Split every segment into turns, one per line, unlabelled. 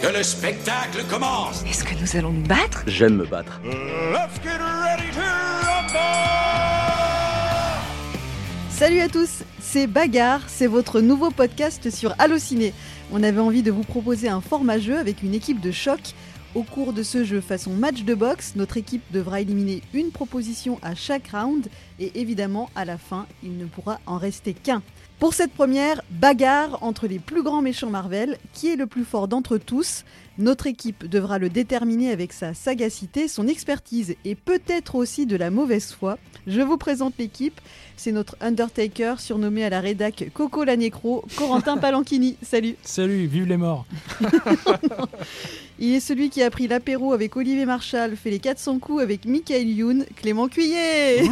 Que le spectacle commence
Est-ce que nous allons nous battre
J'aime me battre.
Let's get ready to rumble
Salut à tous, c'est Bagarre, c'est votre nouveau podcast sur Allociné. On avait envie de vous proposer un format jeu avec une équipe de choc. Au cours de ce jeu façon match de boxe, notre équipe devra éliminer une proposition à chaque round et évidemment à la fin, il ne pourra en rester qu'un. Pour cette première, bagarre entre les plus grands méchants Marvel, qui est le plus fort d'entre tous. Notre équipe devra le déterminer avec sa sagacité, son expertise et peut-être aussi de la mauvaise foi. Je vous présente l'équipe, c'est notre Undertaker surnommé à la rédac Coco la Nécro, Corentin Palanchini. Salut
Salut, vive les morts.
Il est celui qui a pris l'apéro avec Olivier Marchal, fait les 400 coups avec Michael Youn, Clément Cuillet.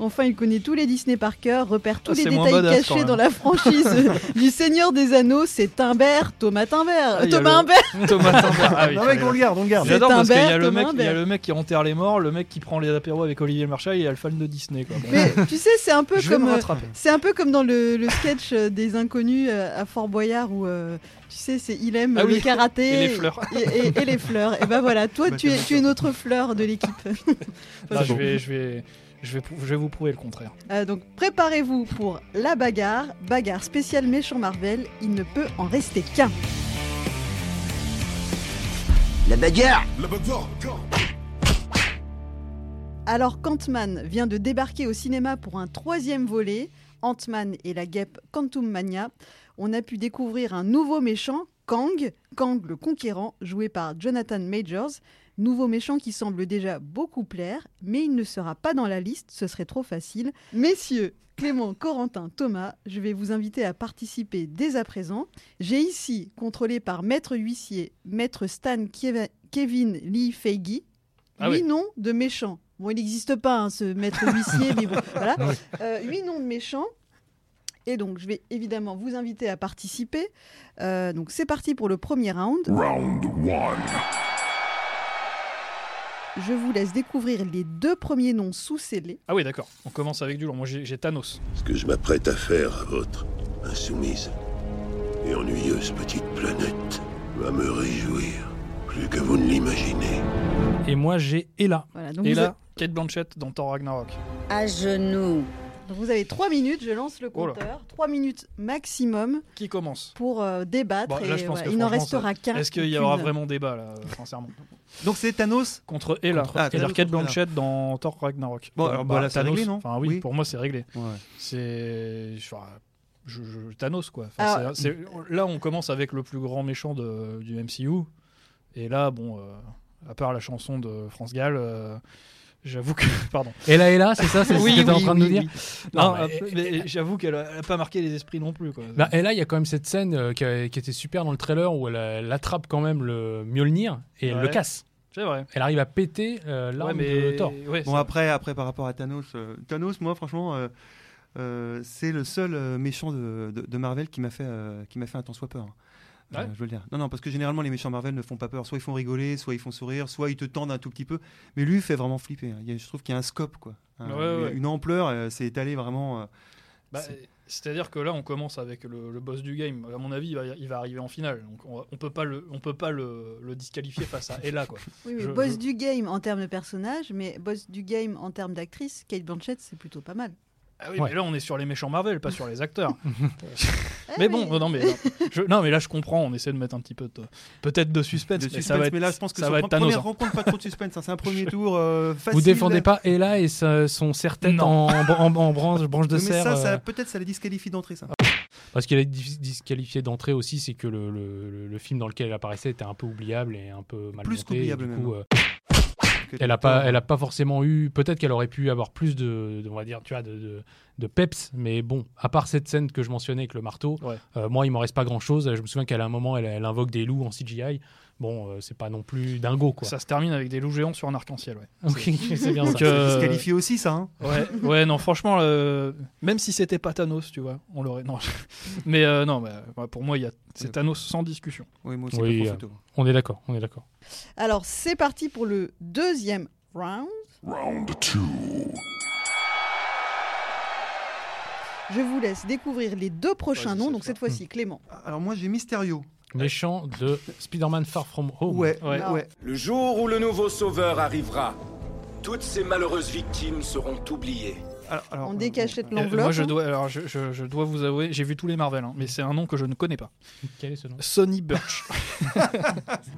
enfin, il connaît tous les Disney par cœur, repère tous
Ah,
les
c'est moins
détails
badass, quand
cachés
même.
dans la franchise du Seigneur des Anneaux. C'est Timbert, Thomas Timbert,
Ah, il y a
Thomas
le-
Humbert.
Thomas Timbert. Ah oui,
Non mec, on le garde, on le garde.
J'adore parce qu'il y a
Timbert,
le mec,
Thomas
il y a
Humbert.
le mec qui enterre les morts, le mec qui prend les apéros avec Olivier Marchal, il y a le fan de Disney quoi. Bon,
Mais tu sais, c'est un peu
je vais
comme
me
euh,
rattraper.
c'est un peu comme dans le, le sketch euh, des inconnus euh, à Fort Boyard où euh, tu sais, c'est il aime euh,
Ah
le
oui,
karaté
et les fleurs. Bah,
et, et- et les fleurs. Et ben voilà, toi, tu es, tu es notre fleur de l'équipe.
Non, Ah, je vais je vais je vais prou- je vais vous prouver le contraire.
Euh, donc préparez-vous pour la bagarre, bagarre spéciale méchant Marvel, il ne peut en rester qu'un.
La bagarre
Le Bogvor
Alors qu'Ant-Man vient de débarquer au cinéma pour un troisième volet, Ant-Man et la guêpe Quantum Mania, on a pu découvrir un nouveau méchant, Kang, Kang le Conquérant, joué par Jonathan Majors, nouveau méchant qui semble déjà beaucoup plaire, mais il ne sera pas dans la liste, ce serait trop facile. Messieurs, Clément, Corentin, Thomas, je vais vous inviter à participer dès à présent. J'ai ici, contrôlé par Maître Huissier, Maître Stan Kiev- Kevin Lee Feige,
Ah
huit
oui.
noms de méchants. Bon, il n'existe pas hein, ce maître huissier, mais bon, voilà. Euh, huit noms de méchants. Et donc, je vais évidemment vous inviter à participer. Euh, donc, c'est parti pour le premier round.
Round 1
Je vous laisse découvrir les deux premiers noms sous-scellés.
Ah oui, d'accord. On commence avec du lourd. Moi j'ai j'ai Thanos.
Ce que je m'apprête à faire à votre insoumise et ennuyeuse petite planète va me réjouir plus que vous ne l'imaginez.
Et moi, j'ai Ella.
Voilà, donc
Et
vous,
là, Kate Blanchett dans Thor Ragnarok.
À genoux.
donc vous avez trois minutes, je lance le
Oh là.
compteur. Trois minutes maximum
Qui commence
pour euh, débattre.
Bon, là,
et,
je pense que
il n'en
franchement,
restera qu'un.
Est-ce qu'il y aura
qu'une.
vraiment débat là, euh, sincèrement
Donc c'est Thanos.
Contre Ella,
Contre- ah,
c'est-à-dire
Thanos
Kate
contre Ella.
Blanchett dans Thor Ragnarok.
Bon, alors, bah, là, c'est réglé, non
Enfin oui,
Oui.
pour moi c'est réglé.
Ouais.
C'est enfin, je, je- Thanos quoi. Enfin,
Alors-
c'est- c'est- là, on commence avec le plus grand méchant de- du MCU. Et là, bon, euh, à part la chanson de France Gall, euh, j'avoue que pardon.
Ella, Ella, c'est ça C'est ce que t'es en train de nous dire
Non,
Non,
euh,
mais-
mais j'avoue qu'elle a, elle a pas marqué les esprits non plus quoi.
Bah, Ella, il y a quand même cette scène euh, qui, a- qui était super dans le trailer où elle, euh, elle attrape quand même le Mjolnir et elle
Ouais.
le casse.
c'est vrai.
Elle arrive à péter euh, l'arme
Ouais, mais
de Thor.
ouais,
Bon
c'est-
après, après par rapport à Thanos, euh, Thanos, moi franchement, euh, euh, c'est le seul euh, méchant de, de- de Marvel qui m'a fait, euh, qui m'a fait un temps soit peur. hein. Euh,
Ouais.
je veux le dire. Non, non, parce que généralement les méchants Marvel ne font pas peur. Soit ils font rigoler, soit ils font sourire, soit ils te tendent un tout petit peu. Mais lui, il fait vraiment flipper. hein. Il y a- je trouve qu'il y a un scope, quoi. Un-
Ouais, ouais.
Une ampleur, euh, c'est étalé vraiment. euh,
bah, c'est-à-dire que là, on commence avec le, le boss du game. À mon avis, il va, il va arriver en finale. Donc, on, on peut pas le, on peut pas le, le disqualifier face à Ella quoi.
Oui, mais
Je-
boss
je-
du game en termes de personnage, mais boss du game en termes d'actrice, Kate Blanchett, c'est plutôt pas mal.
Ah oui,
Ouais.
mais là, on est sur les méchants Marvel, pas sur les acteurs.
Eh
Mais
oui.
bon, non, mais, euh, je, non, mais là je comprends, on essaie de mettre un petit peu de, peut-être de suspense.
de
mais ça
suspense,
va être-
mais là je pense que
ça
sur
va être
pre-
Thanos.
première rencontre pas trop de suspense, hein. c'est un premier tour euh, facile.
Vous défendez pas Ella et sa- son serre-tête
Non.
en, en- en branche, branche de
Mais
serre
ça, ça
euh,
peut-être ça les disqualifie d'entrée ça.
Parce qu'elle est dis- disqualifiée d'entrée aussi, c'est que le, le- le- le film dans lequel elle apparaissait était un peu oubliable et un peu mal
Plus
monté. et
qu'oubliable
du
même. hein.
coup, euh, elle a pas, elle a pas forcément eu. Peut-être qu'elle aurait pu avoir plus de, de- on va dire, tu vois, de, de, de peps. Mais bon, à part cette scène que je mentionnais avec le marteau,
Ouais.
euh, moi, il m'en reste pas grand-chose. Je me souviens qu'à un moment, elle, elle invoque des loups en CGI. Bon, euh, c'est pas non plus dingo, quoi.
Ça se termine avec des loups géants sur un arc-en-ciel. Ouais.
Ok, c'est bien
Donc,
ça.
euh,
disqualifié aussi ça. hein.
ouais, ouais, non, franchement, euh, même si c'était pas Thanos, tu vois, on l'aurait. Non, mais euh, non, bah, ouais, pour moi, il y a- c'est Thanos sans discussion.
Oui, moi aussi,
Oui, euh,
pas pour photo.
On est d'accord, on est d'accord.
Alors, c'est parti pour le deuxième round.
Round 2
Je vous laisse découvrir les deux prochains
Vas-y,
noms.
cette
Donc, cette
fois.
Hmm.
fois-ci, Clément.
Alors moi j'ai Mysterio.
méchant de Spider-Man Far From Home.
Ouais,
Ouais.
ouais. ouais.
Le jour où le nouveau sauveur arrivera, toutes ces malheureuses victimes seront oubliées.
Alors, alors,
On
euh,
décachète
Euh,
l'enveloppe.
Moi, je dois, alors, je, je- je dois vous avouer, j'ai vu tous les Marvel, hein, mais c'est un nom que je ne connais pas.
Quel est ce nom
Sonny Birch.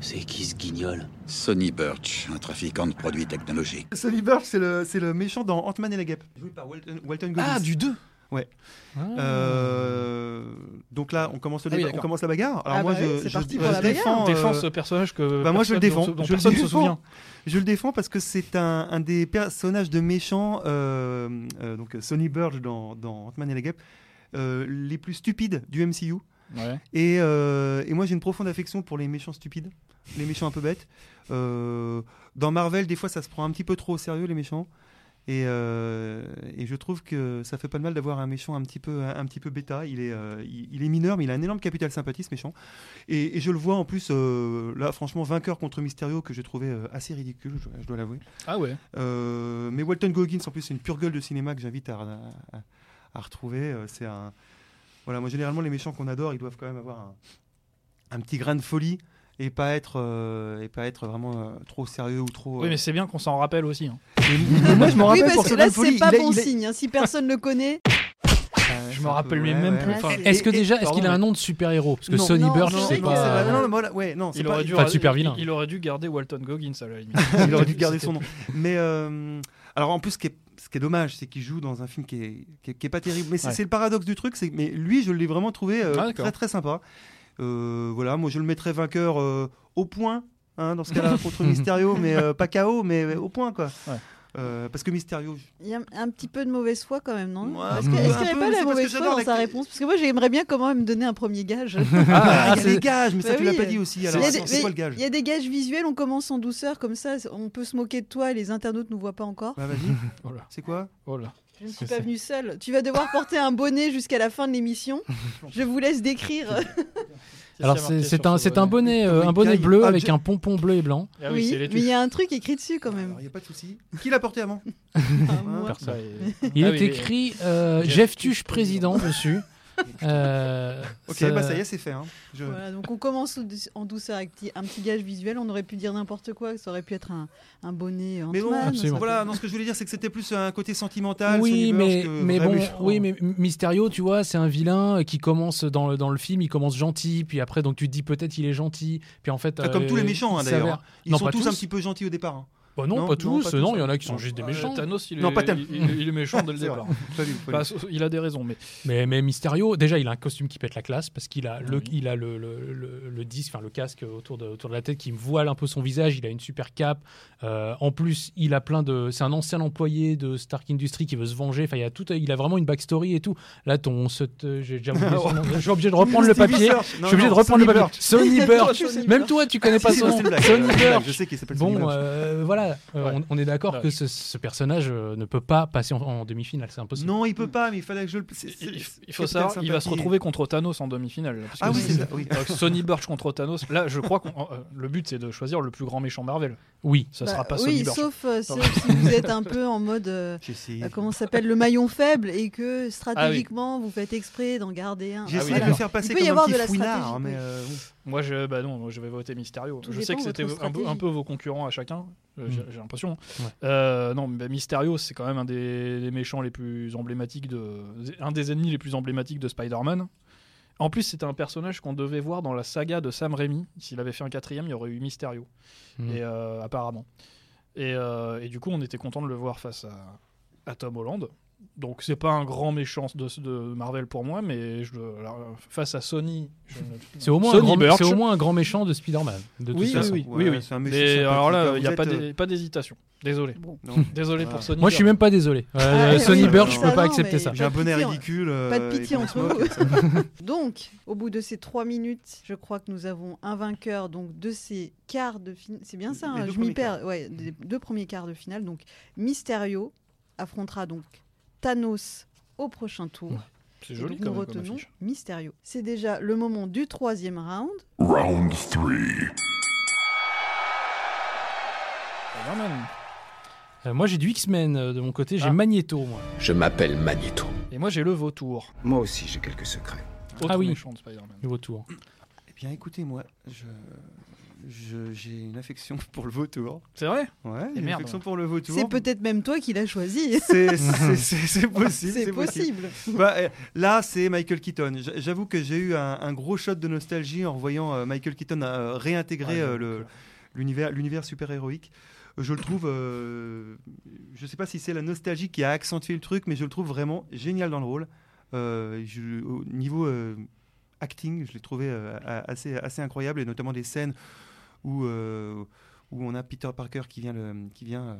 C'est qui ce guignol
Sonny Birch, un trafiquant de produits technologiques.
euh, Sonny Birch, c'est le, c'est le méchant dans Ant-Man et la Guêpe, joué par Walton, Walton Goggins.
2
Euh, donc là, on commence, le
Ah oui,
débat- on
d'accord.
commence la bagarre. Alors
Ah
moi,
bah oui,
je,
c'est
je-
parti
je
pour la bagarre.
défends, euh,
Défends ce personnage que.
bah, moi, je
personne
le défends.
dont- dont
Je le
personne se
défends.
souvient.
je le défends parce que c'est un, un des personnages de méchants, euh, euh, donc Sonny Burge dans, dans Ant-Man et la Guêpe, euh, les plus stupides du MCU.
Ouais.
Et, euh, et moi, j'ai une profonde affection pour les méchants stupides, les méchants un peu bêtes. Euh, dans Marvel, des fois, ça se prend un petit peu trop au sérieux, les méchants. Et, euh, et je trouve que ça fait pas de mal d'avoir un méchant un petit peu, un petit peu bêta. Il est, euh, il, il est mineur, mais il a un énorme capital sympathie, ce méchant. Et, et je le vois en plus, euh, là, franchement, vainqueur contre Mysterio, que j'ai trouvé euh, assez ridicule, je, je dois l'avouer.
Ah ouais.
Euh, mais Walton Goggins, en plus, c'est une pure gueule de cinéma que j'invite à, à- à retrouver. Euh, C'est un. Voilà, moi, généralement, les méchants qu'on adore, ils doivent quand même avoir un, un petit grain de folie et pas être, euh, et pas être vraiment euh, trop sérieux ou trop.
Oui,
euh,
mais c'est bien qu'on s'en rappelle aussi. hein.
mais- mais moi, je m'en
Oui,
rappelle pour
parce
ce
que là,
grain de folie.
c'est pas
Il a-
bon
il a-
signe. hein. Si personne le connaît,
Ouais,
Je me
c'est un peu-
rappelle lui
ouais,
même
ouais,
plus.
ouais.
Enfin,
Est-ce que
Et- et-
déjà, est-ce qu'il a
pardon,
un nom de super-héros Parce que
Non.
Sonny
Non,
Birch,
Non,
c'est
non, c'est
pas.
vrai, non, non, voilà, ouais, non, c'est
il
pas-
aurait dû.
pas de
il-
super
il-
vilain.
Il aurait dû garder Walton Goggins à la limite.
il aurait dû garder son nom. Mais euh, alors en plus, ce qui est, ce qui est dommage, c'est qu'il joue dans un film qui est, qui est- qui est pas terrible. Mais c'est
Ouais.
c'est le paradoxe du truc, c'est que- mais lui, je l'ai vraiment trouvé euh,
Ah, d'accord.
très très sympa. Euh, voilà, moi je le mettrais vainqueur euh, au point. hein, dans ce cas-là, contre Mysterio, mais euh, pas KO, mais euh, au point quoi.
Ouais.
Euh, parce que Mysterio, je-
il y a un petit peu de mauvaise foi quand même, non
Ouais,
Parce
un
que-
peu,
Est-ce
un
qu'il n'y avait
peu,
pas
mais
la
c'est parce
mauvaise
que
foi
j'adore
dans sa
les-
réponse Parce que moi, j'aimerais bien quand même donner un premier gage.
Ah, il y a
c'est-
les gages, mais ça
Bah
tu
oui,
l'as pas
euh,
dit aussi.
Il
Alors,
y, a
attends,
des-
c'est quoi
mais
le gage
il y a des gages visuels, on commence en douceur, comme ça on peut se moquer de toi, les internautes nous voient pas encore.
Bah, vas-y,
Oh là,
c'est quoi
oh là.
Je ne suis pas venue seule. Tu vas devoir porter un bonnet jusqu'à la fin de l'émission. Je vous laisse décrire.
Alors,
Qu'est-ce qu'il y
c'est-
a marqué
c'est
sur
un,
ce
c'est un bonnet, euh,
Tommy
un bonnet
Guy.
bleu
Ah,
avec
je-
un pompon bleu et blanc.
Ah oui,
oui, Ah
c'est les
mais il y a un truc écrit dessus quand même.
euh, Alors, il n'y a pas de souci. Qui l'a porté avant
Enfin, moi.
Personne.
Il
Ah
Il est écrit euh,
Jeff
Jeff
Tuche,
Tuche président dessus. Euh,
Ok,
ça-
bah ça y est, c'est fait. hein. Je-
Voilà, donc on commence au- en douceur avec petit- un petit gage visuel. On aurait pu dire n'importe quoi, ça aurait pu être un, un bonnet en
Mais bon,
Absolument.
Voilà, non, ce que je voulais dire, c'est que c'était plus un côté sentimental.
Oui,
Sonny
mais,
Burch, que
mais
vrai
bon,
méchant.
oui, mais Mysterio, tu vois, c'est un vilain euh, qui commence dans le, dans le film, il commence gentil, puis après, donc tu te dis peut-être il est gentil, puis en fait. euh,
Ah, comme tous les méchants, hein,
il
d'ailleurs.
s'avère-
Ils
non,
sont
pas
tous,
tous.
un petit peu gentils au départ. hein.
Bah non,
Non,
pas
non,
tous,
pas tous. hein.
non, il y en a qui sont juste des
Euh,
méchants.
Thanos, il est,
Non, pas Thanos.
il, il- il est méchant dès le
C'est vrai.
départ.
Pas lui, pas lui.
Bah, il a des raisons, mais
Mais, mais Mysterio, déjà, il a un costume qui pète la classe parce qu'il a le,
Oui.
il a le, le, le- le disque, enfin le casque autour de, autour de la tête qui voile un peu son visage. Il a une super cape. Euh, en plus, il a plein de. C'est un ancien employé de Stark Industries qui veut se venger. Enfin, il a tout. Il a vraiment une backstory et tout. Là, ton. ce- te- J'ai déjà oublié son nom. Je suis obligé de reprendre le
Steve
papier.
Research.
Je
Non,
suis obligé de
non,
reprendre le
Sonny
papier. Sonny Birch.
Sonny
Même
Birch.
toi, tu connais pas
Ah, Si, si,
son
non,
nom.
c'est une blague,
Sonny
c'est une blague,
Birch.
Je sais qu'il s'appelle Sonny
Bon,
Burch.
euh, voilà, Euh,
Ouais.
on, on est d'accord
Ouais.
que ce, ce personnage euh, ne peut pas passer en, en demi-finale, c'est impossible.
Non, il peut pas, mais il fallait que je le. c'est- c'est-
il,
c'est-
il faut
Capitaine
savoir, il va se
Sympathie.
retrouver contre Thanos en demi-finale. là, parce
Ah
que
oui,
c'est-
c'est ça. oui.
Donc, Sonny Birch contre Thanos. Là, je crois que le but c'est de choisir le plus grand méchant Marvel.
Oui,
Ça
Bah,
sera pas Sonny
oui,
Birch.
sauf euh, sauf si vous êtes un peu en mode, euh,
J'ai essayé.
euh, comment ça s'appelle, le maillon faible et que stratégiquement vous faites exprès d'en garder un.
J'ai
Ah oui,
essayé de le
d'accord.
faire
Il
passer
peut y
comme
avoir
un
de
petit
la
fouinard,
stratégie,
mais
oui.
euh, bon.
Moi, je, bah non, moi, je vais voter Mysterio.
Tout
je sais
dépend de
que c'était
votre
un peu, un peu vos concurrents à chacun. euh, J'ai
Mm.
j'ai l'impression.
Ouais.
Euh, non, mais Mysterio, c'est quand même un des, des méchants les plus emblématiques de, un des ennemis les plus emblématiques de Spider-Man. En plus, c'était un personnage qu'on devait voir dans la saga de Sam Raimi. S'il avait fait un quatrième, il y aurait eu Mysterio.
Mm.
Et euh, apparemment. Et, euh, et du coup, on était content de le voir face à, à Tom Holland. Donc, c'est pas un grand méchant de, de Marvel pour moi, mais je, alors, face à Sony, je ne-
c'est au, moins un
Sonny
grand-
Birch.
c'est au moins un grand méchant de Spider-Man. de toute
Oui, oui,
façon.
oui,
Ouais,
oui, oui.
c'est un méchant
Mais alors là,
sympathique.
il n'y a
Vous
pas,
êtes, euh,
d'hé- pas d'hésitation. Désolé.
Non.
Désolé
Ah.
pour Sony. hein.
Moi, je suis même pas désolé. Euh,
Ah,
Sonny
oui,
Birch, je
ça,
peux pas
non, mais-
accepter ça.
J'ai un bonnet
Pas de pitié,
ridicule.
Pas de
euh,
pitié
et qu'on
entre
se moque.
vous. donc, au bout de ces trois minutes, je crois que nous avons un vainqueur donc de ces quarts de finale. C'est bien ça,
Les
hein,
deux
je m'y
premiers
perds. Ouais, des deux premiers quarts de finale. Donc, Mysterio affrontera donc Thanos au prochain tour.
C'est
Et
joli
donc, nous
quand même comme
retenons
affiche.
Mysterio. C'est déjà le moment du troisième round.
Round 3.
Spider-Man.
Euh, moi, j'ai du X-Men euh, de mon côté, j'ai
Ah.
Magneto, moi.
Je m'appelle Magneto.
Et moi, j'ai le vautour.
Moi aussi, j'ai quelques secrets.
Autre
Ah oui.
méchant de Spider-Man.
Nouveau tour.
bien, écoutez, moi, je. je- J'ai une affection pour le vautour.
C'est vrai
Ouais, j'ai une
merde. hein.
affection pour le vautour.
C'est peut-être même toi qui l'as choisi.
C'est- c'est- c'est- c'est possible.
C'est possible.
Bah, euh, là, c'est Michael Keaton. J- J'avoue que j'ai eu un, un gros shot de nostalgie en revoyant euh, Michael Keaton euh, réintégrer
Ouais,
euh,
donc,
le- l'univers, l'univers super-héroïque. Euh, Je le trouve, euh, je sais pas si c'est la nostalgie qui a accentué le truc, mais je le trouve vraiment génial dans le rôle. Euh, je- au niveau euh, acting, je l'ai trouvé euh, a- assez, assez incroyable, et notamment des scènes où, euh, où on a Peter Parker qui vient le, qui vient, euh,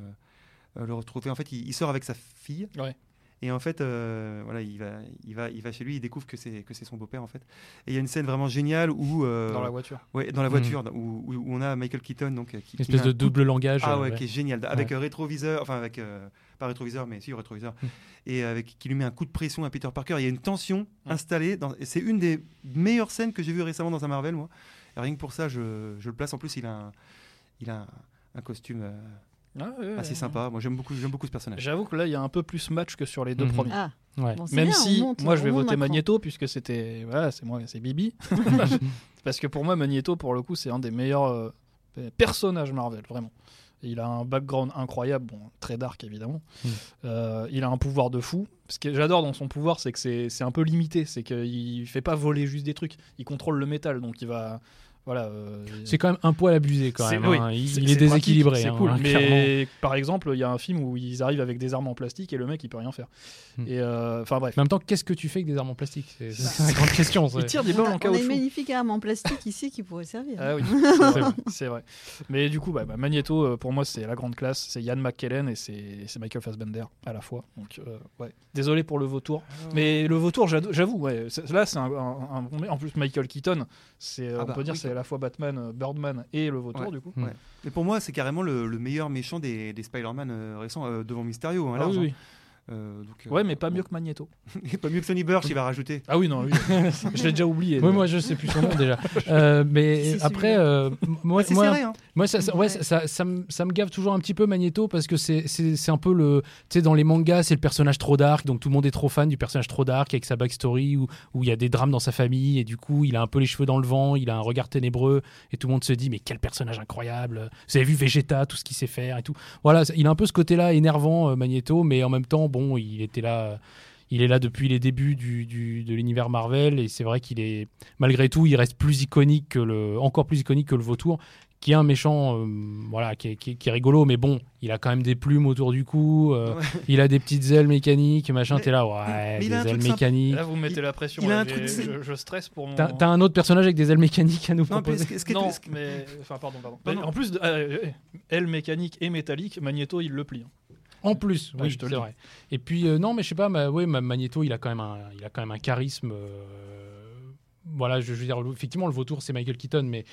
euh, le retrouver. En fait, il, il sort avec sa fille.
Ouais.
Et en fait, euh, voilà, il va, il va, il va chez lui, il découvre que c'est que c'est son beau-père en fait. Et il y a une scène vraiment géniale où euh,
Dans la voiture.
ouais, dans la
Mhm.
voiture où, où- où on a Michael Keaton donc euh, qui,
Une
qui
espèce
met
de
un coup
double langage.
ah
euh,
ouais,
ouais.
qui est génial. Avec euh, rétroviseur, enfin avec euh, pas rétroviseur, mais si rétroviseur,
Hum.
et avec qui lui met un coup de pression à Peter Parker. Il y a une tension
Mm.
installée. Dans, et c'est une des meilleures scènes que j'ai vues récemment dans un Marvel, moi. Et rien que pour ça, je, je le place. En plus, il a un, il a un, un costume euh,
Ah, ouais, ouais,
assez
ouais.
sympa. Moi, j'aime beaucoup, j'aime beaucoup ce personnage.
J'avoue que là, il y a un peu plus match que sur les deux
Mhm.
premiers.
Ah,
Ouais.
bon, c'est
Même
bien, on
si,
monte-
moi, je vais
on monte
voter
d'un cran.
Magneto, puisque c'était. Voilà, c'est moi, c'est Bibi. Parce que pour moi, Magneto, pour le coup, c'est un des meilleurs euh, personnages Marvel, vraiment. Et Il a un background incroyable, bon, très dark évidemment.
Mm.
Euh, il a un pouvoir de fou. Ce que j'adore dans son pouvoir, c'est que c'est c'est un peu limité. C'est qu'il fait pas voler juste des trucs. Il contrôle le métal, donc il va. Voilà. euh,
C'est quand même un poil abusé quand
c'est-
même.
oui,
hein. Il,
c'est-
il est,
c'est pratique,
déséquilibré.
C'est
hein,
cool.
hein, clairement.
mais par exemple, il y a un film où ils arrivent avec des armes en plastique et le mec il peut rien faire.
Hmm.
Et euh, enfin bref,
Mais en même temps, qu'est-ce que tu fais avec des armes en plastique C'est c'est la grande question.
il
c'est-
tire des
On
balles
a,
en
on a une
caoutchouc.
magnifique arme en plastique ici qui pourrait servir. hein.
Ah oui, c'est vrai, c'est vrai. Mais du coup, bah, bah, Magneto, euh, pour moi, c'est la grande classe. C'est Ian McKellen et c'est c'est Michael Fassbender à la fois. Donc, euh, ouais. Désolé pour le vautour. Euh, Mais le vautour, j'ado- j'avoue, ouais, c'est- là, c'est un, un- un bon mec. En plus, Michael Keaton, c'est, euh,
Ah
on
bah,
peut dire,
oui.
c'est à la fois Batman, euh, Birdman et le vautour,
Ouais.
du coup.
Mm.
Et pour moi, c'est carrément le, le meilleur méchant des, des Spider-Man euh, récents euh, devant Mysterio. hein,
Ah oui,
large, hein.
oui.
Euh, donc, euh,
Ouais, mais pas
bon.
mieux que Magneto.
Et pas mieux que Sonny Burch, il va rajouter.
Ah oui, non, oui. je l'ai déjà oublié.
Oui, moi je sais plus son nom déjà. Euh, mais
Si,
après,
celui-là.
euh, m- moi,
c'est
moi,
serré. hein.
moi, ça, ça- ouais,
Ouais.
ça, ça, ça me, ça me gave toujours un petit peu Magneto parce que c'est- c'est c'est un peu le. Tu sais, dans les mangas, c'est le personnage trop dark, donc tout le monde est trop fan du personnage trop dark avec sa backstory où où il y a des drames dans sa famille et du coup, il a un peu les cheveux dans le vent, il a un regard ténébreux et tout le monde se dit, mais quel personnage incroyable Vous avez vu Vegeta, tout ce qu'il sait faire et tout. Voilà, c'est- il a un peu ce côté-là énervant, euh, Magneto, mais en même temps, bon, il était là. euh, il est là depuis les débuts du, du- de l'univers Marvel et c'est vrai qu'il est malgré tout il reste plus iconique que le encore plus iconique que le Vautour qui est un méchant euh, voilà qui est, qui est- qui est rigolo mais bon il a quand même des plumes autour du cou euh,
Ouais.
il a des petites ailes mécaniques machin
Mais-
t'es là ouais
mais il
des
a un
ailes
truc sympa.
mécaniques
Là, vous me mettez la pression.
il a
là,
un
j'ai-
truc, c'est-
je, je stresse pour mon.
T'as t'as un autre personnage avec des ailes mécaniques à nous
Non, mais
proposer
ce qui- ce qui est-
non,
ce qui-
mais enfin pardon pardon.
Non,
Mais
non.
En plus, de- euh, euh, aile mécanique et métallique, Magneto il le plie. hein.
En plus,
Ouais,
oui,
je te le
c'est
dis.
vrai. Et puis euh, non, mais je sais pas, ma, ouais, ma- Magneto, il a quand même un, il a quand même un charisme. euh, voilà, je, je veux dire, le- effectivement, le vautour, c'est Michael Keaton, mais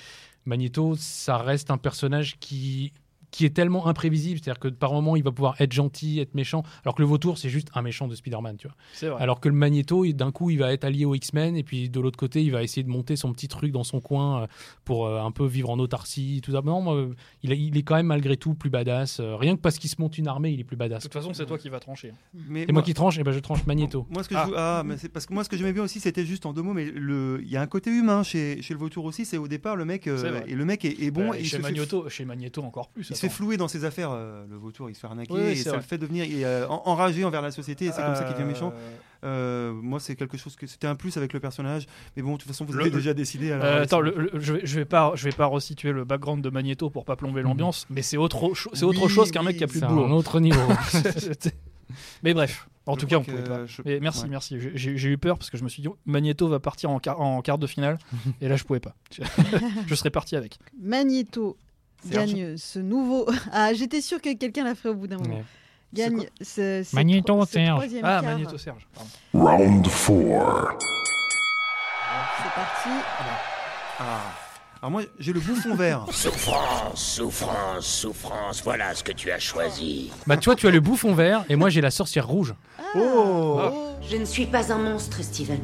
Magneto, ça reste un personnage qui qui est tellement imprévisible, c'est-à-dire que par moment, il va pouvoir être gentil, être méchant, alors que le vautour, c'est juste un méchant de Spider-Man, tu vois.
C'est vrai.
Alors que le Magneto, il- d'un coup, il va être allié aux X-Men, et puis de l'autre côté, il va essayer de monter son petit truc dans son coin euh, pour euh, un peu vivre en autarcie, tout ça. Non, moi, il, a- il est quand même malgré tout plus badass. euh, rien que parce qu'il se monte une armée, il est plus
de
badass.
toute façon, c'est toi qui vas trancher.
mais
Et moi qui tranche, et ben je tranche Magneto.
Moi, ce que
Ah.
je vou- ah, mais c'est parce que moi, ce que j'aimais bien aussi, c'était juste en deux mots, mais le, il y a un côté humain chez, chez le vautour aussi. C'est au départ le mec euh,
C'est vrai.
et le mec est, est bon.
Euh,
et il
chez,
se fait-
Magneto, chez Magneto encore plus.
il se fait
attends.
flouer dans ses affaires. euh, le vautour, il se fait arnaquer
Oui, oui,
et
c'est
ça
vrai.
le fait devenir il est, euh, en- enragé envers la société. Et c'est comme ça qu'il devient méchant.
Euh,
Euh, moi, c'est quelque chose que c'était un plus avec le personnage. Mais bon, de toute façon, vous
Le-
avez déjà décidé. alors,
euh,
euh,
attends, le- le- je, vais, je vais pas, je vais pas resituer le background de Magneto pour pas plomber l'ambiance, mais c'est autre, cho- c'est autre
Mhm. Oui,
chose qu'un mec
oui,
qui a plus
C'est
de
un
boulot.
autre niveau.
mais bref, en
je
tout cas,
crois
on pouvait
que,
pas.
euh, je-
Mais merci,
ouais.
merci. J'ai- J'ai j'ai eu peur parce que je me suis dit Magneto va partir en, quart- en quart de finale et là je pouvais pas. je serais parti avec.
Magneto
C'est
gagne ce nouveau. Ah, j'étais sûr que quelqu'un la ferait au bout d'un moment.
Ouais.
Gagne ce, ce
Magneto,
tro- ce
Serge.
troisième
Ah
quart.
Magneto Serge. pardon.
Round 4.
C'est parti.
Ah. Alors moi, j'ai le bouffon vert.
Souffrance, souffrance, souffrance, voilà ce que tu as choisi.
bah tu vois, tu as le bouffon vert, et moi j'ai la sorcière rouge.
Ah.
Oh.
Je ne suis pas un monstre, Steven.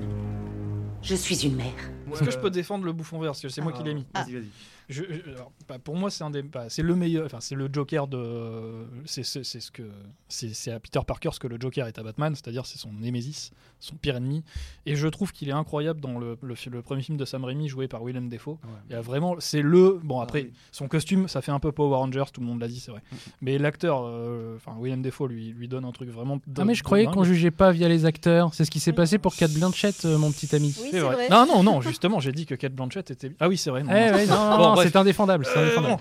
Je suis une mère.
Euh, Est-ce que je peux défendre le bouffon vert parce que c'est moi qui l'ai mis.
Vas-y, vas-y.
Je- je- alors, bah, pour moi, c'est un des, bah, c'est le meilleur, enfin c'est le Joker de, c'est c'est- c'est ce que, c'est c'est à Peter Parker ce que le Joker est à Batman, c'est-à-dire c'est son némésis, son pire ennemi. Et je trouve qu'il est incroyable dans le, le, fi- le premier film de Sam Raimi joué par Willem Dafoe. Il y a vraiment, c'est le, bon après,
oui.
son costume, ça fait un peu Power Rangers, tout le monde l'a dit, c'est vrai. Mais l'acteur, euh, enfin Willem Dafoe lui lui donne un truc vraiment.
Ah, mais je croyais
hein.
qu'on jugeait pas via les acteurs. C'est ce qui s'est passé pour Cat Blanchett, euh, mon petit ami.
Oui,
C'est vrai. Non, non, non, justement, j'ai dit que Kate Blanchett était. Ah oui, c'est vrai. non,
Eh
non,
ouais, non, non, non,
Bon, bref.
c'est indéfendable. c'est
Euh,
indéfendable.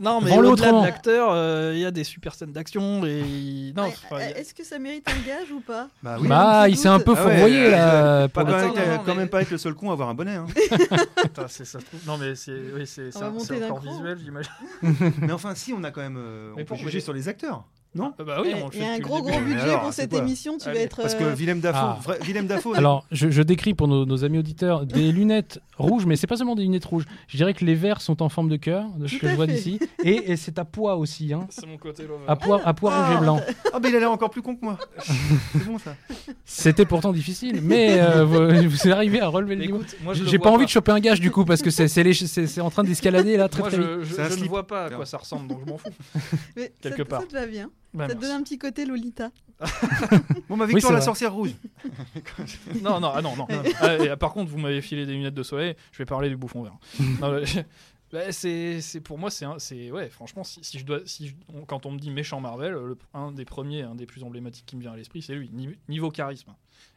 bon. Non, mais
Vends-le
au-delà
autrement.
de l'acteur, euh, il y a des super scènes d'action. Et... il- Non,
Ouais,
enfin, il y a-
euh, Est-ce que ça mérite un gage ou pas
Bah
oui.
Bah, il s'est un peu
Ah ouais,
fourvoyé
euh,
là.
Pas
pour le-
Attends,
quand, même-
non, non,
quand
mais-
même pas être le seul con à avoir un bonnet. hein.
Putain, c'est- ça se trouve- Non, mais c'est oui, c'est- c'est
va
un-
monter
c'est
d'un
encore
cran.
visuel, j'imagine.
mais enfin, si, on a quand même. euh,
Mais
on peut
pourquoi
juger
j'ai-
sur les acteurs. Non
Ah bah oui, on le
Il y a
fait
un
depuis le
gros
début.
gros
Mais
budget
alors,
pour
c'est
cette
quoi
émission, tu
Allez,
vas être.
Parce que
euh,
Willem Dafoe,
Ah.
vrai- Willem Dafoe,
Alors, je, je décris pour nos, nos amis auditeurs des lunettes rouges, mais c'est pas seulement des lunettes rouges. Je dirais que les verts sont en forme de cœur, de ce
Tout
que
à
je vois
fait.
d'ici. Et, et c'est à poids aussi, hein.
C'est mon côté lover.
À poids, à poids rouge et blanc.
Ah, mais il a l'air encore plus con que moi. C'est bon ça.
C'était pourtant difficile, mais euh, vous, vous êtes arrivé à relever le
Mais
niveau.
Bah, écoute, moi je le
J'ai
vois
pas envie de choper un gage du coup, parce que c'est- c'est les- c'est- c'est en train d'escalader là très
Moi
très vite.
je, je-
C'est un
je ne
slip.
vois pas à quoi ça ressemble, donc je m'en fous.
mais ça-
quelque part.
Ça te va bien.
Bah,
ça te donne
merci.
un petit côté Lolita.
Bon, ma
Oui,
victoire,
c'est
la
vrai.
sorcière rouge.
Non, non, ah non, non. Ah, et, ah, par contre, vous m'avez filé des lunettes de soleil, je vais parler du bouffon vert. Non, mais- bah, c'est, c'est- pour moi, c'est, un- c'est ouais, franchement, si, si je dois, si je- on- quand on me dit méchant Marvel, le- un des premiers, un des plus emblématiques qui me vient à l'esprit, c'est lui, ni- niveau charisme.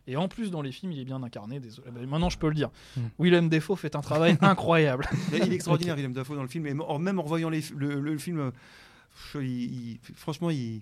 Et en plus, dans les films, il est bien incarné. Désolé, Bah, maintenant, je peux le dire.
Hmm.
Willem Dafoe fait un travail incroyable.
Il est extraordinaire, Willem Dafoe, dans le film. Et en- même en revoyant les- le, le film, euh, je- il- il- franchement, il,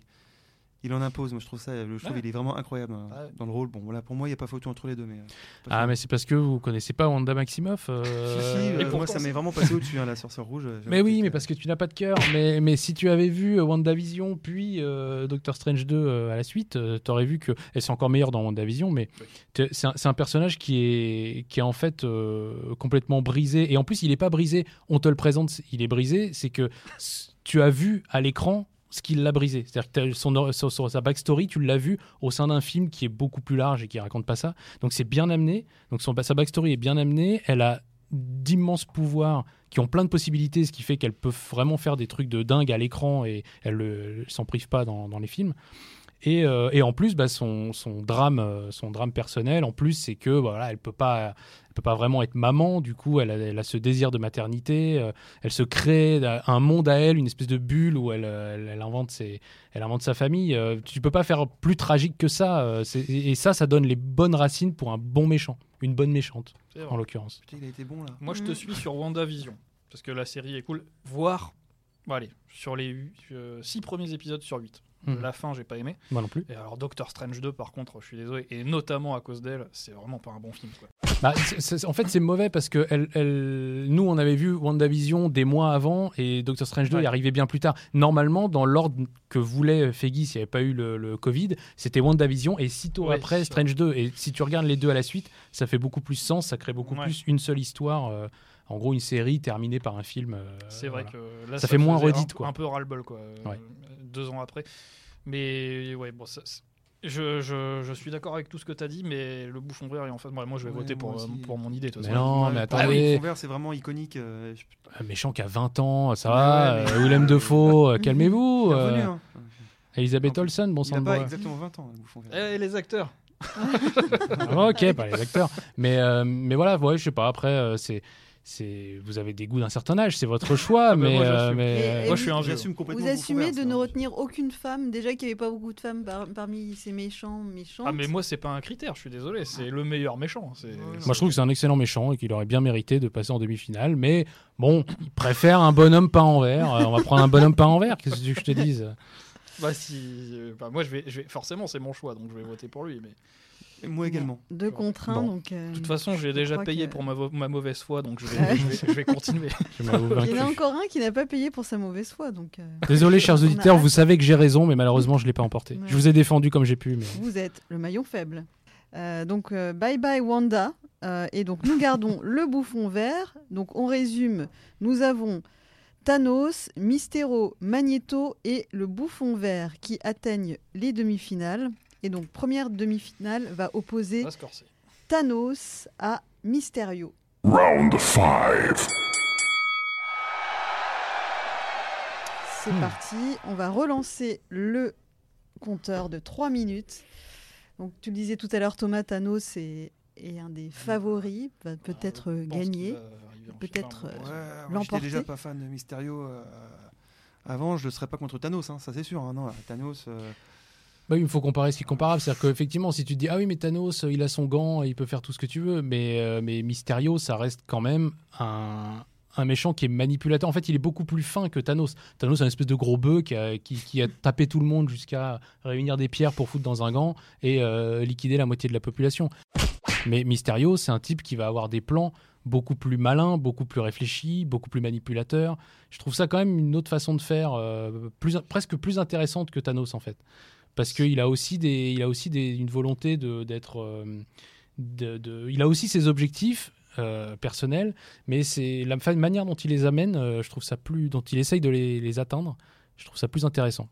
il en impose. Moi, je trouve ça, euh, je trouve
Ouais.
il est vraiment incroyable hein,
Ouais.
dans le rôle. Bon, voilà, pour moi, il n'y a pas photo entre les deux. Mais, euh, pas
Ah
sûr.
mais c'est parce que vous connaissez pas Wanda Maximoff. euh,
Si, si, euh,
et pourtant,
moi, ça
c'est-
m'est vraiment passé au-dessus, hein, la sorcière rouge. euh,
Mais
j'avoue
oui,
que-
mais parce que tu n'as pas de cœur. Mais, mais si tu avais vu euh, WandaVision puis euh, Doctor Strange 2 euh, à la suite, euh, t'aurais vu que elle c'est encore meilleure dans WandaVision. Mais t'es- c'est un, c'est un personnage qui est qui est en fait euh, complètement brisé. Et en plus, il est pas brisé. On te le présente, il est brisé. C'est que s- tu as vu à l'écran ce qui l'a brisé. C'est-à-dire que t'as- son, or- son- son- sa backstory, tu l'as vu au sein d'un film qui est beaucoup plus large et qui raconte pas ça. Donc c'est bien amené. Donc son, sa backstory est bien amenée. Elle a d'immenses pouvoirs qui ont plein de possibilités, ce qui fait qu'elle peut vraiment faire des trucs de dingue à l'écran et elle ne s'en prive pas dans, dans les films. Et, euh, et en plus, bah, son, son drame, euh, son drame personnel, en plus, c'est que voilà, elle peut pas, elle peut pas vraiment être maman. Du coup, elle a, elle a ce désir de maternité. euh, elle se crée un monde à elle, une espèce de bulle où elle, euh, elle, elle invente ses, elle invente sa famille. Euh, tu peux pas faire plus tragique que ça. euh, c'est- et et ça, ça donne les bonnes racines pour un bon méchant, une bonne méchante
C'est vrai.
en l'occurrence.
Putain, il a été bon là.
Moi, je te suis sur WandaVision, parce que la série est cool. Voir, bon, allez, sur les 6 premiers épisodes sur 8.
Hmm.
La fin, j'ai pas aimé.
Moi non plus.
Et alors, Doctor Strange 2, par contre, je suis désolé, et notamment à cause d'elle, c'est vraiment pas un bon film. Quoi.
Bah, c'est- c'est- en fait, c'est mauvais parce que elle, elle- nous, on avait vu WandaVision des mois avant et Doctor Strange 2
Ouais.
est arrivé bien plus tard. Normalement, dans l'ordre que voulait Feige s'il n'y avait pas eu le, le Covid, c'était WandaVision et sitôt
Ouais,
après
c'est sûr.
Strange 2. Et si tu regardes les deux à la suite, ça fait beaucoup plus sens, ça crée beaucoup
Ouais.
plus une seule histoire. euh, en gros, une série terminée par un film. euh,
C'est vrai
voilà.
que là,
Ça fait moins
faisait
redite,
un,
quoi.
Un peu ras-le-bol, quoi. euh,
Ouais.
Deux ans après. Mais ouais, bon, ça, c'est- je, je, je suis d'accord avec tout ce que tu as dit, mais le bouffon vert, et en fait, moi, moi, je vais
Ouais,
voter pour,
moi
euh,
aussi.
pour mon idée. de toute
Mais
façon.
non,
Ouais,
mais
pareil,
attendez.
le fond vert, c'est vraiment iconique. euh, je-
Un méchant qui a 20 ans, ça
Mais
va.
ouais, mais-
euh, Willem Dafoe, euh, calmez-vous.
il est revenu,
euh,
hein.
Elisabeth
En plus,
Olsen, bon
Il
sang
a
de
pas
bois.
exactement 20 ans, le bouffon vert.
Eh, les acteurs
Ah, ok, par les acteurs. Mais, euh, mais voilà, ouais, je sais pas. Après, euh, c'est, c'est, vous avez des goûts d'un certain âge, c'est votre choix.
bah,
mais,
moi,
euh,
j'assume.
mais,
Et-
euh,
et
Moi, je suis un vieux.
J'assume complètement.
Vous
le bouffon
assumez
vert,
de
ça.
ne retenir aucune femme, déjà qu'il n'y avait pas beaucoup de femmes par- parmi ces méchants, méchants.
Ah, mais moi, c'est pas un critère, je suis désolé, c'est le meilleur méchant. c'est-
Ouais.
moi, je trouve que c'est un excellent méchant et qu'il aurait bien mérité de passer en demi-finale. Mais bon, il préfère un bonhomme peint en verre. Euh, on va prendre un bonhomme peint en verre, qu'est-ce que tu veux que je te dise
Bah, si, euh, bah, moi, je vais, je vais, forcément, c'est mon choix, donc je vais voter pour lui. Mais
Mm.
de
Et Moi également.
Deux contre un,
Bon.
donc. euh,
toute façon, j'ai déjà
crois
payé
que-
pour ma, vo- ma mauvaise foi, donc je vais, je vais, je vais continuer.
Je m'avoue vaincu.
Il y en a encore un qui n'a pas payé pour sa mauvaise foi, donc euh,
Désolé, chers
On a
auditeurs,
hâte.
vous savez que j'ai raison, mais malheureusement, je l'ai pas emporté.
Ouais.
Je vous ai défendu comme j'ai pu. Mais...
vous êtes le maillon faible. Euh, donc euh, bye bye Wanda. Euh, et donc nous gardons le bouffon vert. Donc on résume, nous avons Thanos, Mysterio, Magneto et le bouffon vert qui atteignent les demi-finales. Et donc première demi-finale va opposer
Bah,
Ah, Scorsese.
Thanos à Mysterio.
Round 5.
C'est parti. On va relancer le compteur de 3 minutes. Donc, tu le disais tout à l'heure, Thomas Thanos est, est un des favoris. Va peut-être
Je pense
gagner.
qu'il va arriver en
peut-être,
finale, hein.
euh,
mais-
Ouais, moi,
l'emporter.
j'étais déjà pas fan de Mysterio. euh, avant, je ne serais pas contre Thanos, hein, ça c'est sûr. hein, non, Thanos. euh,
Bah oui, il faut comparer ce qui est comparable. C'est-à-dire qu'effectivement, si tu te dis, ah oui, mais Thanos, euh, il a son gant, il peut faire tout ce que tu veux, mais, euh, mais Mysterio, ça reste quand même un, un méchant qui est manipulateur. En fait, il est beaucoup plus fin que Thanos. Thanos, c'est un espèce de gros bœuf qui a, qui- qui a tapé tout le monde jusqu'à réunir des pierres pour foutre dans un gant et euh, liquider la moitié de la population. Mais Mysterio, c'est un type qui va avoir des plans beaucoup plus malins, beaucoup plus réfléchis, beaucoup plus manipulateurs. Je trouve ça quand même une autre façon de faire, euh, plus, presque plus intéressante que Thanos en fait parce qu'il a aussi des, il a aussi des, une volonté de d'être, euh, de, de- il a aussi ses objectifs euh, personnels, mais c'est la fa- manière dont il les amène, euh, je trouve ça plus, dont il essaye de les, les atteindre, je trouve ça plus intéressant.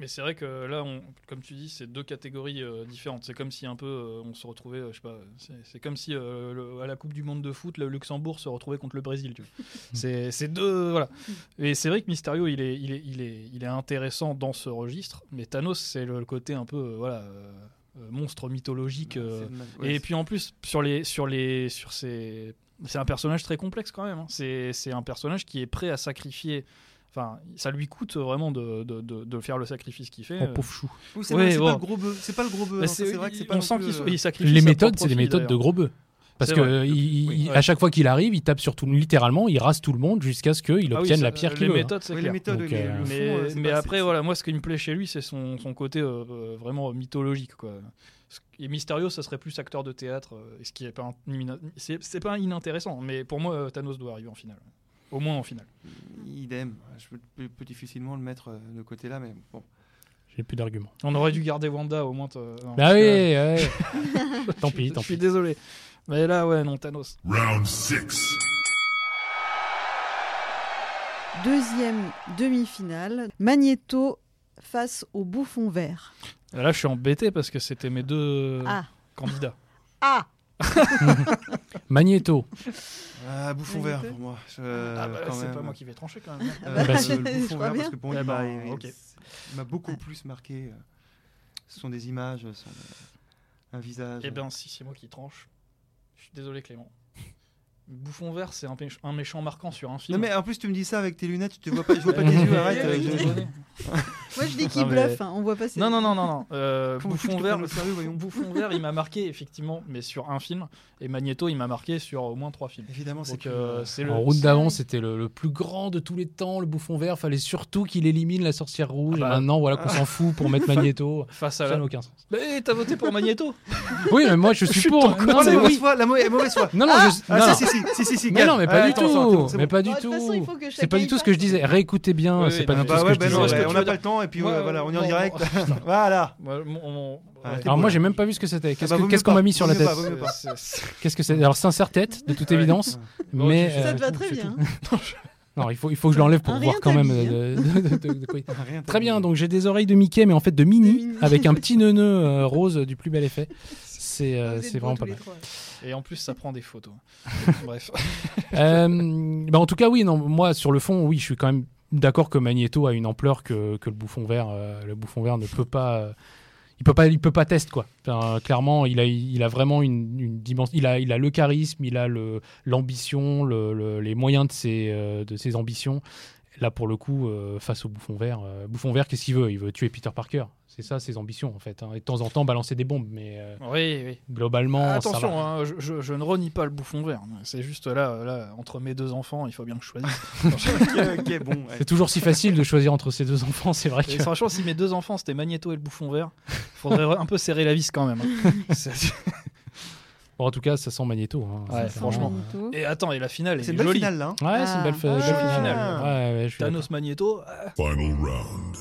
Mais c'est vrai que là, on, comme tu dis, c'est deux catégories euh, différentes. C'est comme si un peu euh, on se retrouvait, euh, je sais pas, c'est- c'est comme si euh, le- à la Coupe du Monde de foot, le Luxembourg se retrouvait contre le Brésil. Tu vois. c'est c'est deux, voilà. Et c'est vrai que Mysterio, il est, il est, il est, il est intéressant dans ce registre, mais Thanos, c'est le, le côté un peu, euh, voilà, euh, euh, monstre mythologique. euh,
Bah, c'est le mal- ouais,
et puis en plus, sur les, sur les, sur ces, c'est un personnage très complexe quand même. hein. C'est, c'est un personnage qui est prêt à sacrifier. Enfin, ça lui coûte vraiment de, de, de- de faire le sacrifice qu'il fait.
Oh, pauvre chou.
Ouh, c'est
Ouais,
vrai, c'est
bon.
pas le gros bœuf. C'est pas le gros bœuf.
Bah,
hein,
c'est-
ça, c'est vrai que c'est pas
on
non
sent
plus,
qu'il
euh,
il sacrifie
Les
sa
méthodes,
propre
c'est des
fille,
méthodes de
d'ailleurs.
gros bœufs. Parce
C'est
que
vrai.
euh, il-
Oui,
il-
ouais.
à chaque fois qu'il arrive, il tape sur tout, littéralement, il rase tout le monde jusqu'à ce qu'il
Ah oui,
obtienne
ça-
la pierre
les
qu'il veut. hein.
méthodes, c'est
ouais, les
clair.
méthodes,
Donc,
les-
euh,
le fond,
mais
euh, c'est
mais
pas-
après,
c'est-
voilà, moi, ce qui me plaît chez lui, c'est son, son côté euh, euh, vraiment mythologique. Quoi. Et Mysterio, ça serait plus acteur de théâtre, euh, ce qui est pas, un- imina- c'est, c'est pas inintéressant. Mais pour moi, euh, Thanos doit arriver en finale. Au moins en finale.
Idem. Je peux- peux, peux difficilement le mettre euh, de côté là, mais bon.
J'ai plus d'arguments.
On aurait dû garder Wanda au moins. t- euh,
Bah
non, parce
oui,
que- euh,
ouais. tant pis,
Je
tant
suis
pis.
désolé. Mais là, ouais, non, Thanos.
Round 6.
Deuxième demi-finale, Magneto face au bouffon vert.
Là, je suis embêté parce que c'était mes deux euh,
Ah.
candidats.
Ah
Magneto.
Ah, bouffon
Magneto
vert pour moi. je-
Ah bah,
Euh, quand
c'est
même.
pas moi qui vais trancher quand même.
Euh,
bah,
le
je- je
bouffon
vois
vert,
bien.
parce que bon,
Eh
il m'a
ben, ok.
il m'a beaucoup plus marqué. euh, Ce sont des images, ce sont euh, un visage.
Eh ben, si c'est moi qui tranche, je suis désolé, Clément. Bouffon vert, c'est un, péch- un méchant marquant sur un film.
Non mais en plus tu me dis ça avec tes lunettes, je te vois pas, je vois pas tes yeux, arrête. euh, je-
Moi je dis qu'il
Non, mais-
bluffe, hein, on voit pas ses...
Non, non, non, non, non. Euh,
Comment veux-tu que
Bouffon
je
vert,
prenne au sérieux, voyons
Bouffon vert, il m'a marqué effectivement, mais sur un film. Et Magneto, il m'a marqué sur au moins trois films.
Évidemment, c'est
Donc
que
euh, c'est le.
En route d'avant, c'était le, le plus grand de tous les temps, le bouffon vert. Fallait surtout qu'il élimine la sorcière rouge.
Ah bah.
Et maintenant, voilà qu'on s'en fout pour mettre Magneto.
Face à
Ça
la.
n'a aucun sens.
Mais t'as voté pour Magneto
Oui, mais moi, je suis,
suis
pour.
ton
Non,
Non, la
mais
mauvaise
oui.
foi, la mau- mauvaise foi.
Non, non, je-
Ah,
non, non.
si, si, si, si, si, si,
Mais non, mais
Gab.
pas
Ah,
du
attends, attends, attends,
tout.
c'est
Mais
bon.
pas
Bon,
du
Oh, Bah, de toute façon, il
tout.
faut que
C'est
chacun
pas
y
du tout ce
passe.
que je disais. Réécoutez bien.
Oui,
c'est
oui,
pas
non,
du tout
Ah
bah
ce
ouais,
que
bah
je
non,
disais.
parce que
on
tu
n'a
vas
pas
dire-
le temps, et puis
Ouais,
euh, voilà, on y en
bon,
direct.
bon, putain.
Voilà.
Moi, mon- mon-
Ah,
ouais.
t'es
Alors moi,
bon.
j'ai même pas vu ce que c'était. Qu'est-ce
Ah bah,
que-
vaut
qu'est-ce
mieux
qu'on
pas,
m'a mis sur
vaut
la
mieux
tête
pas, vaut mieux pas.
C'est- c'est-
Qu'est-ce que c'est Alors sincère tête, de toute
Ouais.
évidence.
Bon,
Mais
je-
Ça
euh,
te va très bien. hein.
non, il faut il faut que je l'enlève
Un
pour
rien hein.
voir quand même.
t'habille,
euh, de- de- de- de quoi il-
Rien, t'as
Très
dit.
bien, donc j'ai des oreilles de Mickey, mais en fait de Mini,
De Mini.
avec un petit nœud euh, rose du plus bel effet. C'est euh,
Vous êtes
c'est
beaux
vraiment
tous
pas
les
mal.
trois.
Et en plus, ça prend des photos. Bref.
Euh, bah, en tout cas, oui, non, moi sur le fond, oui, je suis quand même d'accord que Magneto a une ampleur que, que le bouffon vert, euh, le bouffon vert ne peut pas. euh, il peut pas, il peut pas test quoi. Enfin, clairement, il a, il a vraiment une, une dimension. Il a, il a le charisme, il a le l'ambition, le- le- les moyens de ses, euh, de ses ambitions. Là, pour le coup, euh, face au bouffon vert, euh, bouffon vert, qu'est-ce qu'il veut Il veut tuer Peter Parker. C'est ça ses ambitions en fait. hein. Et de temps en temps, balancer des bombes, mais euh,
Oui, oui.
globalement, ça va.
Attention, hein, je, je- je ne renie pas le bouffon vert. C'est juste là, là, entre mes deux enfants, il faut bien que je choisisse.
Ok, ok, bon. ouais.
C'est toujours si facile de choisir entre ces deux enfants, c'est vrai.
Et
Que...
franchement, si mes deux enfants c'était Magneto et le bouffon vert, faudrait un peu serrer la vis quand même. hein. C'est-
Bon, en tout cas, ça sent Magneto. hein,
Ouais,
sincèrement.
franchement.
Magneto.
Et attends, et la finale est,
C'est une belle
jolie.
finale là. hein.
Ouais, c'est une belle, fa-
Ah,
belle
jolie
finale.
finale.
Ouais, ouais, je suis
Thanos Magneto, ah,
Final round.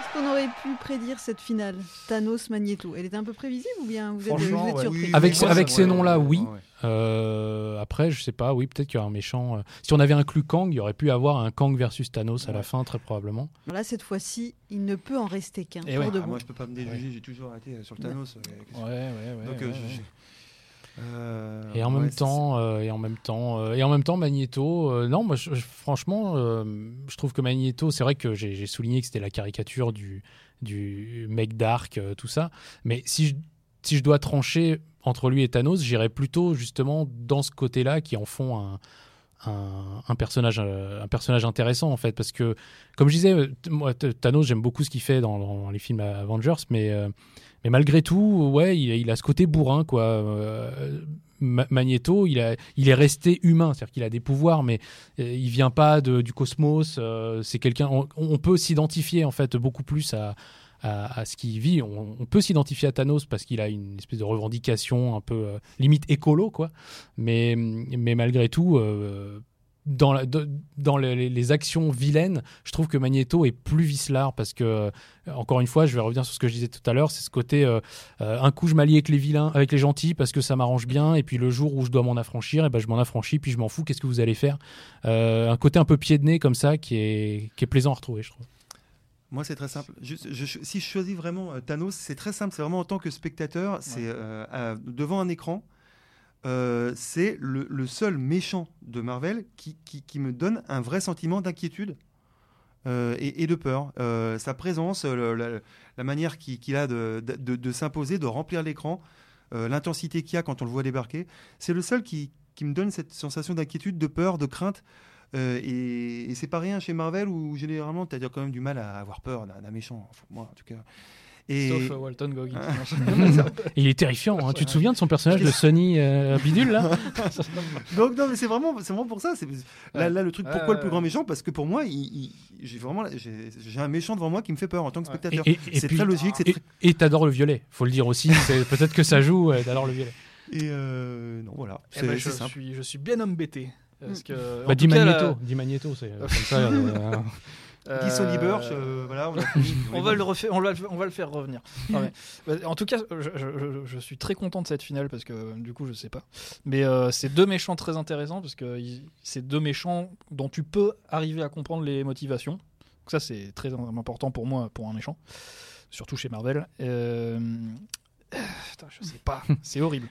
Est-ce qu'on aurait pu prédire cette finale Thanos Magneto Elle était un peu prévisible ou bien vous êtes, vous
Franchement,
êtes
ouais.
surpris
Avec-
moi,
avec
ça,
ces
ouais,
noms-là,
ouais,
oui.
ouais.
d'accord. Euh, après, je sais pas, oui, peut-être qu'il y aura un méchant. euh, Si on avait inclus Kang, il y aurait pu avoir un Kang versus Thanos à la fin, très probablement.
Alors Là, cette fois-ci, il ne peut en rester qu'un.
Et
pour
ouais.
de
Ah,
bon.
moi, je peux pas me déjuger, j'ai toujours arrêté euh, sur le Thanos. euh, qu'est-ce que-
ouais, ouais, ouais.
Donc,
ouais,
euh,
ouais.
j'ai- Euh,
Et en,
ouais,
même
c'est-
temps, euh, et en même temps, euh, et en même temps, Magneto. euh, non, moi, je- je- franchement, euh, je trouve que Magneto, c'est vrai que j'ai j'ai souligné que c'était la caricature du, du mec dark, euh, tout ça. Mais si je, si je dois trancher entre lui et Thanos, j'irais plutôt justement dans ce côté-là qui en font un, un, un personnage, euh, un personnage intéressant en fait, parce que comme je disais, euh, t- moi, t- Thanos, j'aime beaucoup ce qu'il fait dans, dans les films Avengers, mais euh, mais malgré tout, ouais, il, a- il a ce côté bourrin, quoi. Euh, Ma- Magneto, il, a, il est resté humain, c'est-à-dire qu'il a des pouvoirs, mais euh, il vient pas de- du cosmos. euh, c'est quelqu'un. On, on peut s'identifier en fait beaucoup plus à, à, à ce qu'il vit. On, on peut s'identifier à Thanos parce qu'il a une espèce de revendication un peu euh, limite écolo, quoi. Mais, mais malgré tout. euh, dans, la- de- dans les, les- les actions vilaines, je trouve que Magneto est plus vicelard parce que, euh, encore une fois, je vais revenir sur ce que je disais tout à l'heure, c'est ce côté euh, euh, un coup je m'allie avec les vilains, avec les gentils parce que ça m'arrange bien, et puis le jour où je dois m'en affranchir, et ben je m'en affranchis, puis je m'en fous. Qu'est-ce que vous allez faire Euh, Un côté un peu pied de nez comme ça qui est, qui est plaisant à retrouver, je trouve.
Moi, c'est très simple. Juste, je- je- si je choisis vraiment euh, Thanos, c'est très simple. C'est vraiment en tant que spectateur, c'est euh, à- devant un écran. euh, c'est le, le seul méchant de Marvel qui, qui- qui me donne un vrai sentiment d'inquiétude euh, et, et de peur. Euh, sa présence, euh, le- la, la manière qui- qu'il a de, de- de- de s'imposer, de remplir l'écran, euh, l'intensité qu'il y a quand on le voit débarquer, c'est le seul qui, qui me donne cette sensation d'inquiétude, de peur, de crainte. Euh, et et c'est pas rien chez Marvel où généralement tu as quand même du mal à avoir peur d'un d'un méchant, enfin, moi en tout cas. Et Ah.
Sauf euh, Walton Goggins.
Et il est terrifiant. hein. Tu te souviens de son personnage de Sony euh, Bidule là
donc non mais c'est vraiment c'est vraiment pour ça. c'est- Là, là, le truc
Ouais,
pourquoi
ouais,
le plus
ouais.
grand méchant parce que pour moi il- il- j'ai vraiment j'ai j'ai un méchant devant moi qui me fait peur en tant que
Ouais.
spectateur.
Et- et- et
C'est
puis-
très logique. c'est
Et-
très-
Et t'adores le violet, faut le dire aussi. c'est- Peut-être que ça joue, ouais, t'adores le violet.
Et euh, non voilà.
Eh
C'est
ben, je,
c'est simple.
suis, je suis bien embêté. Parce que, en
Bah,
tout
dis
cas, la-
Magneto, dis Magneto, c'est euh, comme ça. euh,
euh,
Guy Soniburch, euh, voilà. On, a fini.
On va, le refaire, on, va, le- on va le faire revenir. Non, mais- bah, en tout cas, je, je- je- je suis très content de cette finale parce que euh, du coup, je sais pas. Mais euh, c'est deux méchants très intéressants parce que ils- c'est deux méchants dont tu peux arriver à comprendre les motivations. Donc ça, c'est très important pour moi, pour un méchant, surtout chez Marvel. Euh, Putain, je sais pas, c'est horrible.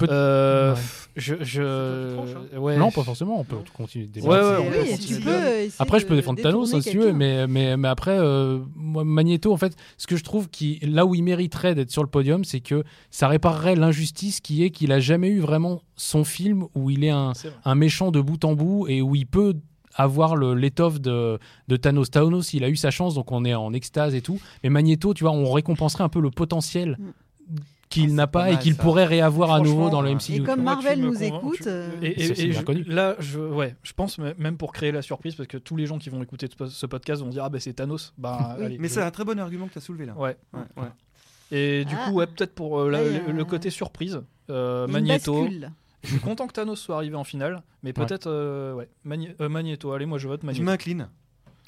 Peut-
Euh,
Ouais.
Je, je-
C'est toi qui tranches,
ouais.
Non, pas forcément, on peut
Non.
continuer de
Ouais,
débattre.
ouais, on
Eh Oui,
peut
et
continuer.
tu peux essayer
Après, je
de
peux défendre Thanos, hein,
détourner
si tu veux,
euh, quelqu'un.
mais, mais, mais après, euh, moi, Magneto, en fait, ce que je trouve qui, là où il mériterait d'être sur le podium, c'est que ça réparerait l'injustice qui est qu'il a jamais eu vraiment son film où il est un,
C'est vrai.
un méchant de bout en bout et où il peut avoir le- l'étoffe de, de Thanos. Thanos, il a eu sa chance, donc on est en extase et tout. Mais Magneto, tu vois, on récompenserait un peu le potentiel qu'il
Ah,
n'a
c'est pas
pas et
mal,
qu'il
ça.
pourrait réavoir à nouveau
Franchement,
dans le
ouais.
MCU.
Mm. Et comme
Moi, tu
Marvel
me
hein,
nous
convaincs,
écoute,
tu-
euh,
Et, et-
C'est aussi
et
bien
je-
connu.
là, je, ouais, je pense m- même pour créer la surprise, parce que tous les gens qui vont écouter ce- ce podcast vont dire Ah, ben c'est Thanos. Bah, allez,
Mais
je-
c'est un très bon argument que tu as soulevé là.
Ouais.
Ouais, ouais.
Et du
Ah.
coup, ouais, peut-être pour euh, la-
Là, il y a
le, le
un-
côté surprise, euh,
Une
Magneto.
bascule.
Je suis content que Thanos soit arrivé en finale, mais peut-être, euh, ouais, Magne- euh, Magneto. Allez, moi je vote
Je
Magneto.
m'incline.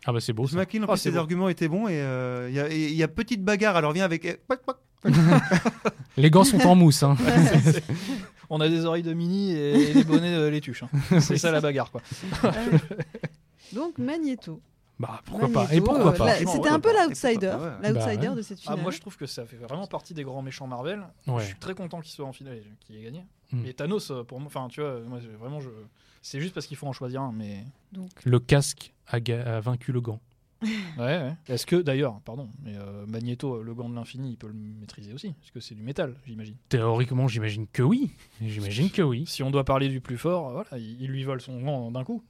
Ah bah c'est beau.
Je
ça.
m'incline. En
Ah,
plus,
c'est
les
beau.
arguments étaient bons et euh, il y a- et il y, a petite bagarre. Alors viens avec. eh, pac, pac.
Les gants sont en mousse. hein.
On a des oreilles de mini et, et des bonnets euh, les tuches. hein. C'est ça la bagarre, quoi.
Donc Magneto.
Bah pourquoi
Magneto,
pas Et pourquoi pas
euh, là,
Franchement,
C'était
pourquoi
un peu
pas.
l'outsider,
Bah ouais.
l'outsider
ouais.
de cette
Ah,
finale.
moi je trouve que ça fait vraiment partie des grands méchants Marvel.
Ouais.
Je suis très content qu'il soit en finale et qu'il ait gagné.
Hmm.
Et Thanos, euh, pour moi, enfin, tu vois, moi, je- vraiment, je. C'est juste parce qu'il faut en choisir un, mais.
Le casque a, ga- a vaincu le gant.
Ouais, ouais. Est-ce que, d'ailleurs, pardon, mais euh, Magneto, euh, le gant de l'infini, il peut le maîtriser aussi Parce que c'est du métal, j'imagine.
Théoriquement, j'imagine que oui. J'imagine que oui.
Si on doit parler du plus fort, euh, voilà, il, il lui vole son gant d'un coup.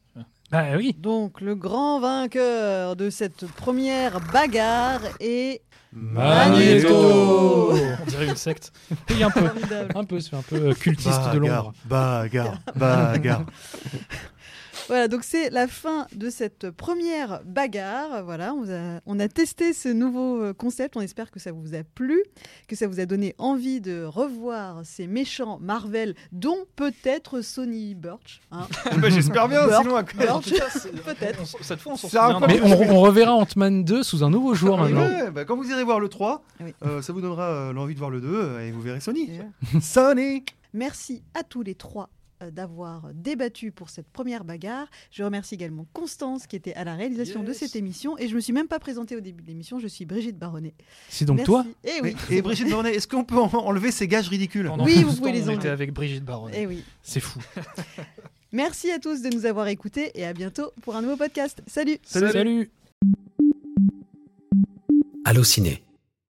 Bah oui.
Donc le grand vainqueur de cette première bagarre est
Magneto.
Oh, On dirait une secte.
Il y a un peu,
formidable.
un peu, c'est un peu euh, cultiste de l'ombre.
Bagarre, bagarre.
Voilà, donc c'est la fin de cette première bagarre. Voilà, on a, on a testé ce nouveau euh, concept. On espère que ça vous a plu, que ça vous a donné envie de revoir ces méchants Marvel, dont peut-être Sony Birch. hein.
Eh ben, J'espère bien,
Beurre.
sinon à quoi Eh
Birch,
Peut-être.
peut-être.
Cette fois, on s'en
Ça
souvient.
raconte-
d'un-
Mais on, on reverra Ant-Man 2 sous un nouveau jour
Mais
maintenant.
ouais, bah, quand vous irez voir le 3,
Oui.
euh, ça vous donnera euh, l'envie de voir le 2 euh, et vous verrez Sony.
Et, euh,
Sony
Merci à tous les trois euh, d'avoir débattu pour cette première bagarre. Je remercie également Constance qui était à la réalisation de
Yes.
cette émission. Et je me suis même pas présentée au début de l'émission, je suis Brigitte Baronnet.
C'est donc
Merci.
toi
Eh oui.
Et, et Brigitte Bornet, est-ce qu'on peut en- enlever ces gages ridicules
Pendant
Oui,
tout
vous
ce
pouvez
temps,
les
on était
enlever.
avec Brigitte Baronnet.
Eh oui.
C'est fou.
Merci à tous de nous avoir écoutés et à bientôt pour un nouveau podcast. Salut
Salut.
Allociné,